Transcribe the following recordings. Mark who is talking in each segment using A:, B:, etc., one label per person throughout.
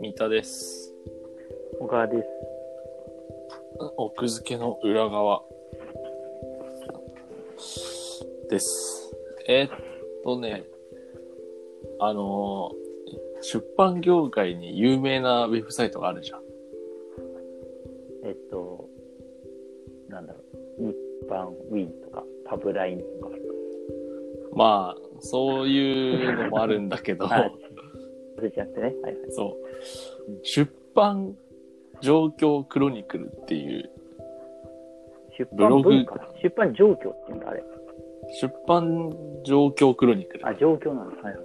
A: 三田です
B: 小川です。
A: 奥付けの裏側ですえーっとね、あのー出版業界に有名なウェブサイトがあるじゃん
B: えっと、なんだろう、一般ウィンとか、パブラインとか、
A: まあそういうのもあるんだけど、
B: はい忘れちゃってね。はいは い。
A: そう出版状況クロニクルっていう
B: 出
A: ブロ
B: 版
A: グ
B: 文化出版状況っていうんだ、あれ。
A: 出版状況クロニクル
B: あ、状況なんだ。はいはい。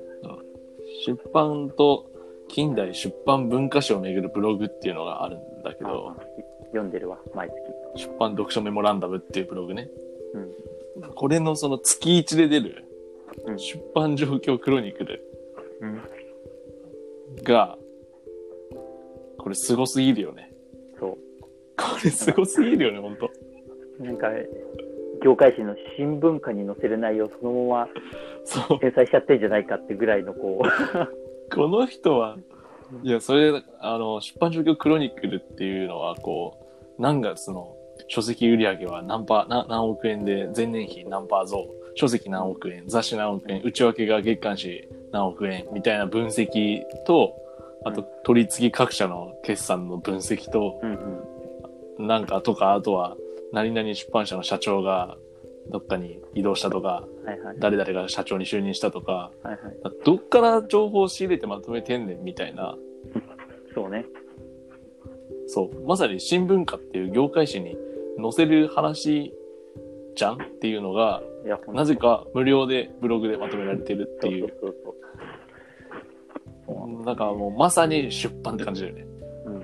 A: 出版と近代出版文化史をめぐるブログっていうのがあるんだけど
B: あ読んでるわ、毎月。
A: 出版読書メモランダムっていうブログね
B: うん。
A: これのその月1で出る
B: うん
A: 出版状況クロニクル
B: うん。
A: がこれすごすぎるよね
B: そ
A: これすごすぎるよね本当
B: う。なんか、業界誌の新聞化に載せる内容そのまま
A: そう
B: 掲載しちゃってんじゃないかってぐらいの、こう、
A: この人はいやそれあの出版状況クロニクルっていうのはこう何月の書籍売上は何パーな何億円で前年比何パー増書籍何億円雑誌何億円内訳が月刊誌何億円みたいな分析とあと取り次ぎ各社の決算の分析と、
B: うんうん。
A: なんかとか、あとは、何々出版社の社長がどっかに移動したとか、
B: はいはい。
A: 誰々が社長に就任したとか、
B: はいはい。
A: どっから情報を仕入れてまとめてんねんみたいな、
B: そうね。
A: そう、まさに新聞化っていう業界誌に載せる話じゃんっていうのが、
B: いや、ほんと
A: なぜか無料でブログでまとめられてるっていう、
B: そうそうそうそう。
A: なんかもうまさに出版って感じだよね。
B: うん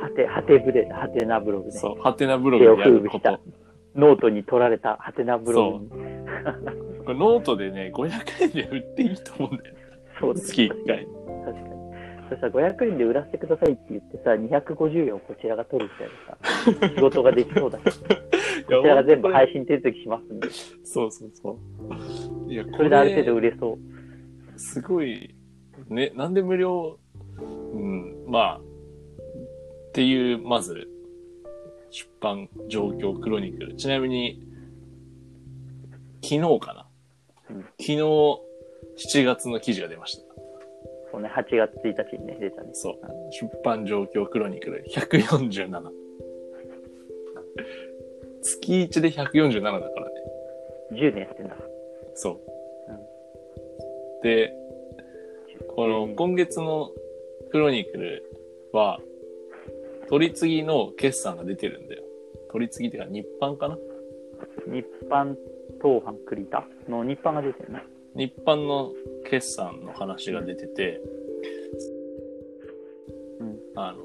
B: はて、はてブレ、はてなブログね。
A: そう、ハテナブログでやるこ
B: 手を
A: と
B: 振。ノートに取られたはてなブログに。
A: これノートでね、500円で売っていいと思うんだよ。
B: そうです。
A: 月1回。
B: 確かに。そしたら500円で売らせてくださいって言ってさ、250円をこちらが取るみ たいなさ、仕事ができそうだし、こ
A: いや
B: ちらが全
A: 本
B: 部
A: 当に
B: 配信手続きしますんで、
A: そうそうそう。いや、
B: そ
A: こ
B: れである程度
A: れ、
B: 売れそう。
A: すごい、ね、なんで無料、うん、まあ、っていう、まず、出版状況クロニクル。ちなみに、昨日かな
B: うん
A: 昨日、7月の記事が出ました。
B: そうね、8月1日にね、出たんです。
A: そう。出版状況クロニクル147。月1で147だからね。
B: 10年やってんだ。
A: そう
B: うん。
A: で、この今月のクロニクルは、取り次ぎの決算が出てるんだよ。取り次ぎってか日版かな
B: 日版当版クリタの日版が出てるね。
A: 日版の決算の話が出てて、
B: うん
A: あの、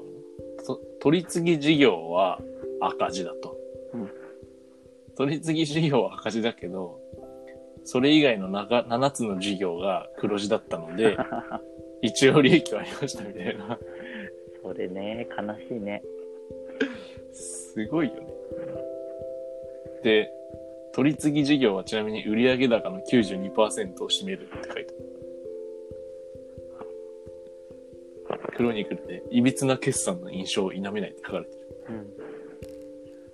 A: と取り次ぎ事業は赤字だと。
B: うん
A: 取り次ぎ事業は赤字だけど、それ以外の中7つの事業が黒字だったので、一応利益はありましたみたいな。
B: それね、悲しいね。
A: すごいよね。で、取り次ぎ事業はちなみに売上高の92%を占めるって書いてある。クロニクルで、いびつな決算の印象を否めないって書かれてる。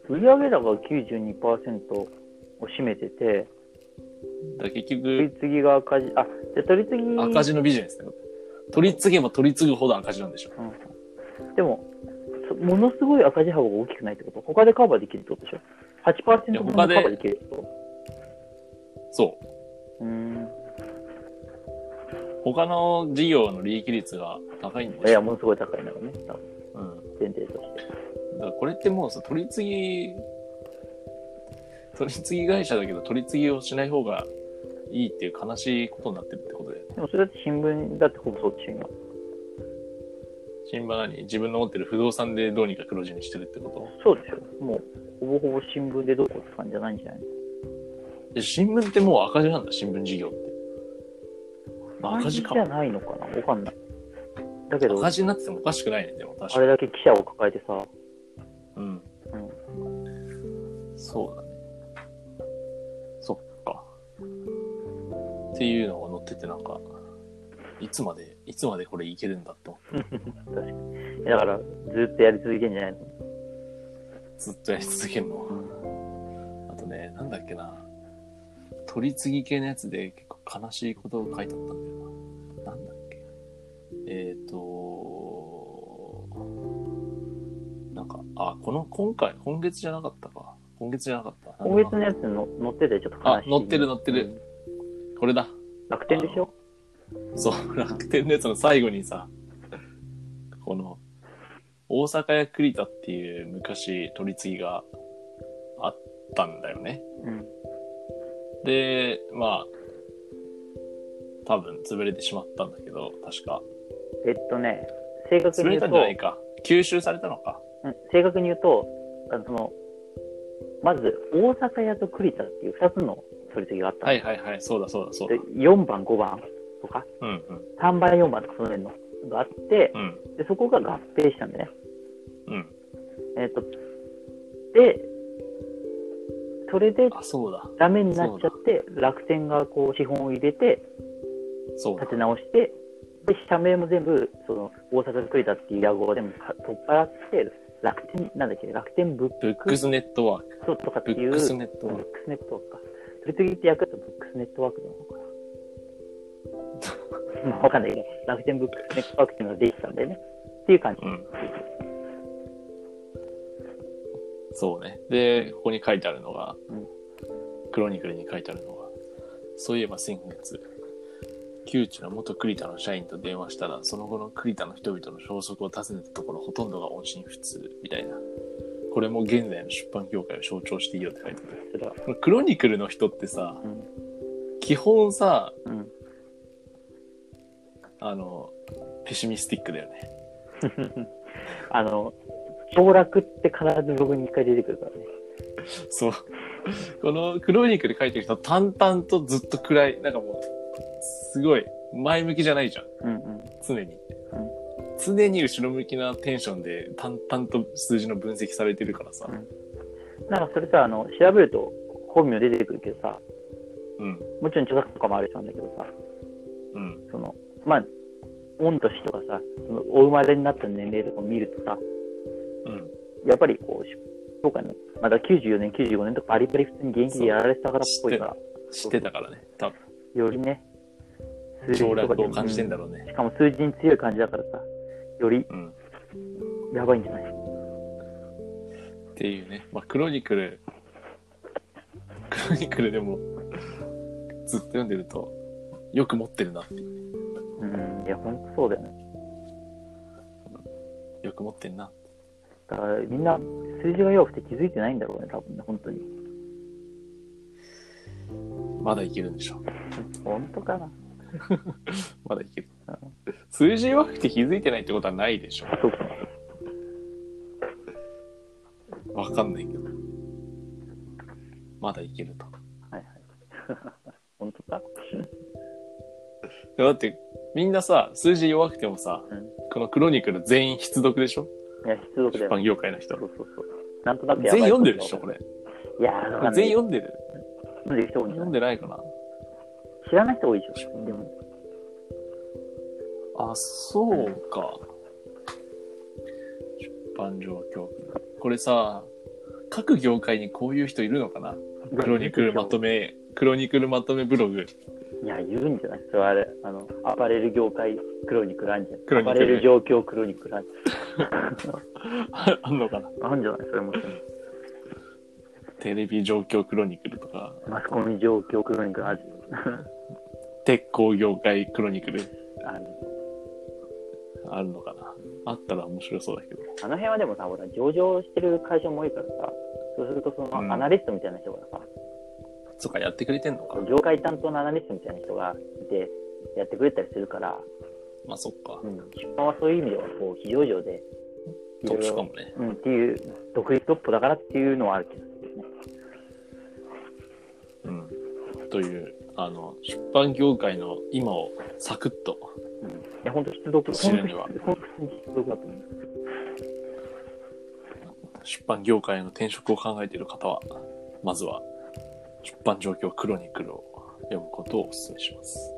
B: うん、売上高が92%を占めてて、
A: だから結
B: 取
A: 局、
B: り次ぎが赤字、あ、じゃあ取り次ぎ、
A: 赤字のビジネスだよ。取り次げば取り次ぐほど赤字なんでしょ。
B: でも、そものすごい赤字幅が大きくないってこと他でカバーできるってことでしょ ?8% 分のカバ
A: いや他
B: ー
A: で
B: できるってこ
A: そう。
B: とうーん。
A: 他の事業の利益率が高いん
B: い
A: でし
B: や、
A: ょ。
B: ものすごい高いんだろうね。多分
A: うん。
B: 前提として。
A: だからこれってもうさ取り次ぎ取り次ぎ会社だけど取り次ぎをしない方がいいっていう悲しいことになってるってことで
B: でもそれだって新聞だってほぼそっち今。
A: 新聞に自分の持ってる不動産でどうにか黒字にしてるってこ
B: そうでしょもう、ほぼほぼ新聞でどうこうって感じじゃないんじゃない
A: とで新聞ってもう赤字なんだ新聞事業って赤字か
B: じゃないのかなわかんない。だけど、
A: 赤字になっててもおかしくないねでも確か
B: あ
A: に
B: れだけ記者を抱えてさ、
A: うん
B: うん、
A: そうだね。そっか。っていうのが載っててなんか、いつまで、いつまでこれいけるんだって思って
B: だから、ずっとやり続けんじゃないの
A: ずっとやり続けるの。あとね、なんだっけな。取り次ぎ系のやつで結構悲しいことを書いてあったんだよな。なんだっけ。えっ、ー、と、なんか、あ、この、今回、今月じゃなかったか。今月じゃなかった。
B: 今月のやつの載ってて、ちょっと
A: あ
B: 悲、しい。
A: 乗ってる乗ってる。これだ。
B: 楽天でしょ
A: そう、楽天のやつの最後にさ、この、大阪屋栗田っていう昔取り次ぎがあったんだよね。
B: うん。
A: で、まあ、多分潰れてしまったんだけど、確か。
B: えっとね、正確
A: 潰
B: に言
A: れ
B: う
A: たん
B: と
A: じゃ、ないか。吸収されたのか。
B: うん正確に言うと、あのその、まず、大阪屋と栗田っていう2つの取り次ぎがあったの。
A: はいはいはい、そうだそうだそうだ
B: で。4番、5番とか、
A: うんうん。
B: 3番、4番とかその辺のがあって、
A: うん。
B: でそこが合併したんだね。
A: うん。
B: えっ、と、で、それで
A: あ、そうだ。
B: ダメになっちゃって、楽天がこう資本を入れて、
A: そうだ
B: 立。て直して、で、社名も全部、その、大阪で栗田っていう屋号を全部か取っ払って、楽天、なんだっけ、楽天ブッ
A: ブックスネットワーク。
B: クとかって
A: ブ
B: い
A: ッ
B: う、
A: クスネット
B: ブ
A: ワ
B: ッ
A: ーク。
B: クスネットワークか。取り次ぎって役だとブックスネットワークな のかな。まあ、わかんないけど、楽天ブックスネットワークっていうのができたんだよね。っていう感じ。
A: うん。そうね。で、ここに書いてあるのが、
B: うん
A: クロニクルに書いてあるのが、そういえば先月、旧知の元栗田の社員と電話したら、その後の栗田の人々の消息を尋ねたところ、ほとんどが音信不通、みたいな。これも現在の出版業界を象徴していいよって書いてある。
B: それは。
A: このクロニクルの人ってさ、
B: うん。
A: 基本さ、
B: うん。
A: あの、ペシミスティックだよね。
B: あの、凋落って必ずブログに一回出てくるからね。
A: そう。このクロニクル書いてる人、淡々とずっと暗い。なんかもう、すごい、前向きじゃないじゃん。
B: うんうん。
A: 常に。常に後ろ向きなテンションで、淡々と数字の分析されてるからさ。
B: なんかそれさ、あの、調べると本名出てくるけどさ、
A: うん。
B: もちろん著作とかもある人なんだけどさ、
A: うん。
B: その、まあ、御年とかさ、そのお生まれになった年齢とか見るとさ、
A: うん。
B: やっぱりこう、出版業界の、まだ94年、95年とかバリバリ普通に現役でやられてたからっぽいから、
A: 知ってたからね。多分、
B: よりね、
A: 凋
B: とか
A: 落
B: で
A: を感じてんだ
B: う
A: ろうね
B: ん。しかも数字に強い感じだからさ、より
A: うん。
B: やばいんじゃない
A: っていうね。まあ、クロニクル、クロニクルでも、ずっと読んでると、よく持ってるなっていう。
B: うん、いや、ほんとそうだよね。
A: よく持ってんな。
B: だからみんな数字が弱くて気づいてないんだろうね、多分ね、本当に。
A: まだいけるんでしょ。
B: 本当かな。
A: まだいける
B: うん。
A: 数字弱くて気づいてないってことはないでしょ。
B: そうか。
A: わかんないけど。まだいけると。
B: はいはい。本当か
A: でもだって、みんなさ、数字弱くてもさ、
B: うん
A: このクロニクル全員必読でしょ
B: いや、出力だ
A: 出
B: よ。
A: 版業界の人
B: そ。うそうそう。なんとなく
A: 全員読んでるでしょ、こ
B: れ。
A: れ。
B: いやー、わかんない
A: 全員読んでる
B: 読んでる人多いんじゃ
A: 読ん
B: な
A: で
B: い
A: ないかな
B: 知らない人多いでしょ。でも、
A: あ、そうか。出版状況。これさ、各業界にこういう人いるのかなクロニクルまとめ、クロニクルまとめブログ。
B: いや、言うんじゃないそれあれ、あの、アパレル業界クロニクルあんじゃ
A: クロ
B: ん。ア
A: ニクル
B: パレル状況クロニクルあんじ
A: ああんのかな
B: ゃん。あんじゃないそれも。
A: テレビ状況クロニクルとか、
B: マスコミ状況クロニクルある
A: 鉄鋼業界クロニクル。
B: あの
A: あるのかなあったら面白そうだけど。
B: あの辺はでもさ、ほら、上場してる会社も多いからさ、そうするとそ
A: うん
B: のアナリストみたいな人がさ、
A: そっか、やってくれてんのか。
B: 業界担当のアナリストみたいな人がいて、やってくれたりするから、
A: まあそっか
B: う。ん、出版はそういう意味ではこう非上場で、いろ
A: 特
B: い
A: 殊か
B: ろ、
A: もね。
B: うん、っていう、独立トップだからっていうのはあるけど、
A: うん。という、あの、出版業界の今をサクッと。
B: うん、いや、本当必読、
A: 知
B: 本
A: ら
B: 当
A: ね
B: に
A: えわ
B: 本当に必読だと思う。
A: 出版業界への転職を考えている方は、まずは、出版状況クロニクルを読むことをお勧めします。